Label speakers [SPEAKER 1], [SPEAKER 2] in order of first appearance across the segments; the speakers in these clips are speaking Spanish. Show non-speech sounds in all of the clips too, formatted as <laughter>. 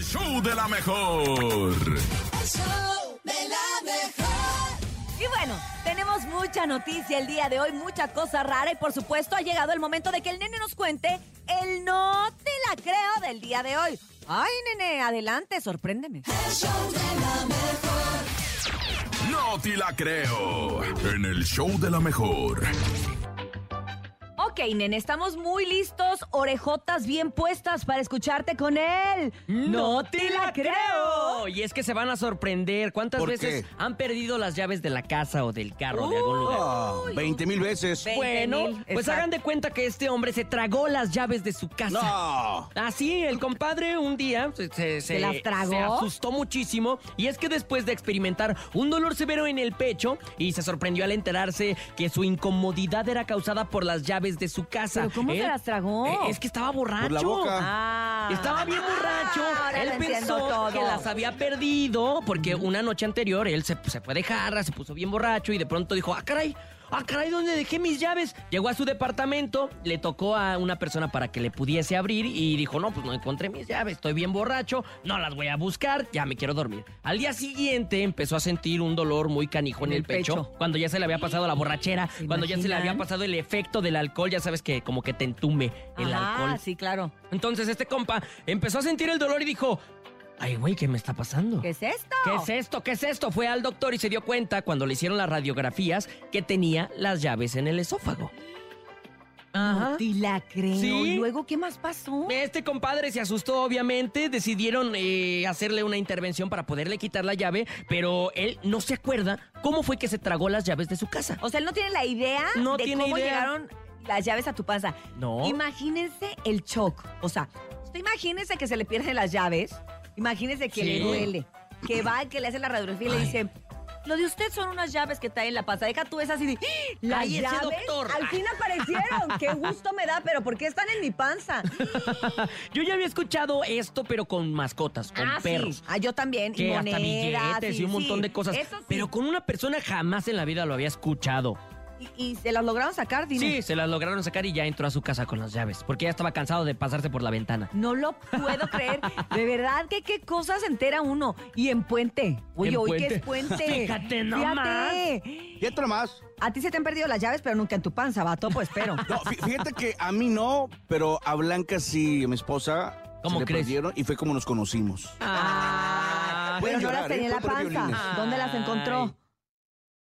[SPEAKER 1] show de la mejor.
[SPEAKER 2] El show de la mejor.
[SPEAKER 3] Y bueno, tenemos mucha noticia el día de hoy, mucha cosa rara y por supuesto ha llegado el momento de que el nene nos cuente el no te la creo del día de hoy. Ay, nene, adelante, sorpréndeme.
[SPEAKER 2] El show de la mejor.
[SPEAKER 1] No te la creo. En el show de la mejor.
[SPEAKER 3] Ok, nene, estamos muy listos, orejotas bien puestas para escucharte con él.
[SPEAKER 4] ¡No te la creo! Y es que se van a sorprender cuántas
[SPEAKER 5] ¿Por
[SPEAKER 4] veces
[SPEAKER 5] qué?
[SPEAKER 4] han perdido las llaves de la casa o del carro de algún lugar.
[SPEAKER 5] Ah, 20 mil veces.
[SPEAKER 3] Ve- 20,000,
[SPEAKER 4] Bueno, pues
[SPEAKER 3] exacto.
[SPEAKER 4] hagan de cuenta que este hombre se tragó las llaves de su casa.
[SPEAKER 5] No.
[SPEAKER 4] Así, el compadre un día se, se- se-
[SPEAKER 3] las tragó?
[SPEAKER 4] se asustó muchísimo y es que después de experimentar un dolor severo en el pecho y se sorprendió al enterarse que su incomodidad era causada por las llaves de su casa.
[SPEAKER 3] ¿Pero cómo se las tragó?
[SPEAKER 4] Eh, es que estaba borracho.
[SPEAKER 5] Por la boca.
[SPEAKER 3] Ah.
[SPEAKER 4] Estaba bien borracho.
[SPEAKER 3] Ahora
[SPEAKER 4] él
[SPEAKER 3] lo entiendo
[SPEAKER 4] pensó
[SPEAKER 3] todo.
[SPEAKER 4] que las había perdido porque una noche anterior él se, se fue de jarra, se puso bien borracho y de pronto dijo, ah, caray. Ah, caray, ¿dónde dejé mis llaves? Llegó a su departamento, le tocó a una persona para que le pudiese abrir y dijo, no, pues no encontré mis llaves, estoy bien borracho, no las voy a buscar, ya me quiero dormir. Al día siguiente empezó a sentir un dolor muy canijo en, el pecho, cuando ya se le había pasado la borrachera,
[SPEAKER 3] ¿Se
[SPEAKER 4] cuando ya se le había
[SPEAKER 3] imaginan?
[SPEAKER 4] pasado el efecto del alcohol, ya sabes que como que te entume el
[SPEAKER 3] Ajá,
[SPEAKER 4] alcohol.
[SPEAKER 3] sí, claro.
[SPEAKER 4] Entonces este compa empezó a sentir el dolor y dijo, ay güey, ¿qué me está pasando?
[SPEAKER 3] ¿Qué es esto?
[SPEAKER 4] ¿Qué es esto? ¿Qué es esto? Fue al doctor y se dio cuenta cuando le hicieron las radiografías que tenía las llaves en el esófago.
[SPEAKER 3] No te la creo.
[SPEAKER 4] Sí.
[SPEAKER 3] ¿Y luego qué más pasó?
[SPEAKER 4] Este compadre se asustó, obviamente. Decidieron eh, hacerle una intervención para poderle quitar la llave, pero él no se acuerda cómo fue que se tragó las llaves de su casa.
[SPEAKER 3] O sea, él no tiene la idea
[SPEAKER 4] No
[SPEAKER 3] de
[SPEAKER 4] tiene
[SPEAKER 3] cómo
[SPEAKER 4] idea.
[SPEAKER 3] llegaron las llaves a tu panza.
[SPEAKER 4] No.
[SPEAKER 3] Imagínense el shock. O sea, usted imagínense que se le pierden las llaves. Imagínense que
[SPEAKER 4] Sí.
[SPEAKER 3] le duele. Que va, que le hace la radiografía y le
[SPEAKER 4] Ay.
[SPEAKER 3] dice. Lo de usted son unas llaves que trae en la panza. Deja tú esas y de, ¡Ah! las
[SPEAKER 4] Cállese,
[SPEAKER 3] llaves
[SPEAKER 4] doctor.
[SPEAKER 3] al fin aparecieron. Ah. Qué gusto me da, pero ¿por qué están en mi
[SPEAKER 4] <laughs>
[SPEAKER 3] panza?
[SPEAKER 4] Yo ya había escuchado esto, pero con mascotas, con
[SPEAKER 3] ah,
[SPEAKER 4] perros.
[SPEAKER 3] sí. Ah, yo también. Y
[SPEAKER 4] que hasta
[SPEAKER 3] monedas.
[SPEAKER 4] billetes y un montón
[SPEAKER 3] sí.
[SPEAKER 4] de cosas.
[SPEAKER 3] Eso sí.
[SPEAKER 4] Pero con una persona jamás en la vida lo había escuchado.
[SPEAKER 3] Y, y se las lograron sacar, dime.
[SPEAKER 4] Sí, se las lograron sacar y ya entró a su casa con las llaves, porque ya estaba cansado de pasarse por la ventana.
[SPEAKER 3] No lo puedo
[SPEAKER 5] <laughs>
[SPEAKER 3] creer. De verdad que qué cosas se entera uno. Y en puente. Oye,
[SPEAKER 4] En
[SPEAKER 3] hoy que
[SPEAKER 4] puente.
[SPEAKER 3] es puente.
[SPEAKER 5] <laughs>
[SPEAKER 4] Fíjate nomás.
[SPEAKER 3] Fíjate.
[SPEAKER 5] Fíjate nomás.
[SPEAKER 3] A ti se te han perdido las llaves, pero nunca en tu panza, vato, pues
[SPEAKER 5] <laughs>
[SPEAKER 3] espero.
[SPEAKER 5] No, fí- fíjate que a mí no, pero a Blanca sí, a mi esposa.
[SPEAKER 4] ¿Cómo
[SPEAKER 5] se le
[SPEAKER 4] crees?
[SPEAKER 5] perdieron y fue como nos conocimos.
[SPEAKER 3] Ah, pero
[SPEAKER 5] Pueden
[SPEAKER 3] no las
[SPEAKER 5] llorar, ¿eh?
[SPEAKER 3] tenía en la
[SPEAKER 5] Puedo tocar
[SPEAKER 3] panza.
[SPEAKER 5] violines.
[SPEAKER 3] ¿Dónde las encontró?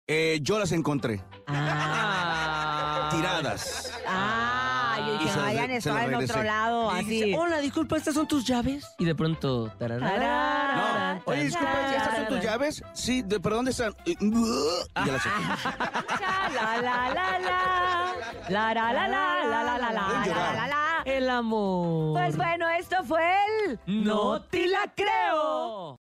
[SPEAKER 5] Eh, yo las encontré
[SPEAKER 3] Ah,
[SPEAKER 4] Ah.
[SPEAKER 5] tiradas.
[SPEAKER 3] ah, yo
[SPEAKER 5] Y
[SPEAKER 3] dije,
[SPEAKER 5] se las
[SPEAKER 3] hayan
[SPEAKER 5] re- se
[SPEAKER 3] estado
[SPEAKER 5] las
[SPEAKER 3] en otro
[SPEAKER 5] regresé.
[SPEAKER 3] lado,
[SPEAKER 4] Y dice,
[SPEAKER 3] así.
[SPEAKER 4] Hola, disculpa, ¿estas son tus llaves? Y de pronto... tararara,
[SPEAKER 3] No,
[SPEAKER 5] Oye, disculpa, ¿estas son tus llaves? Sí, de, ¿pero dónde están? Y ya
[SPEAKER 4] <laughs>
[SPEAKER 5] las encontré.
[SPEAKER 3] Cha, La, la, la, la. La, la, la, la, la, la, la, la,
[SPEAKER 5] Pueden
[SPEAKER 3] la,
[SPEAKER 5] llorar.
[SPEAKER 3] la, la.
[SPEAKER 4] El amor.
[SPEAKER 3] Pues bueno, esto fue el...
[SPEAKER 4] no te la creo.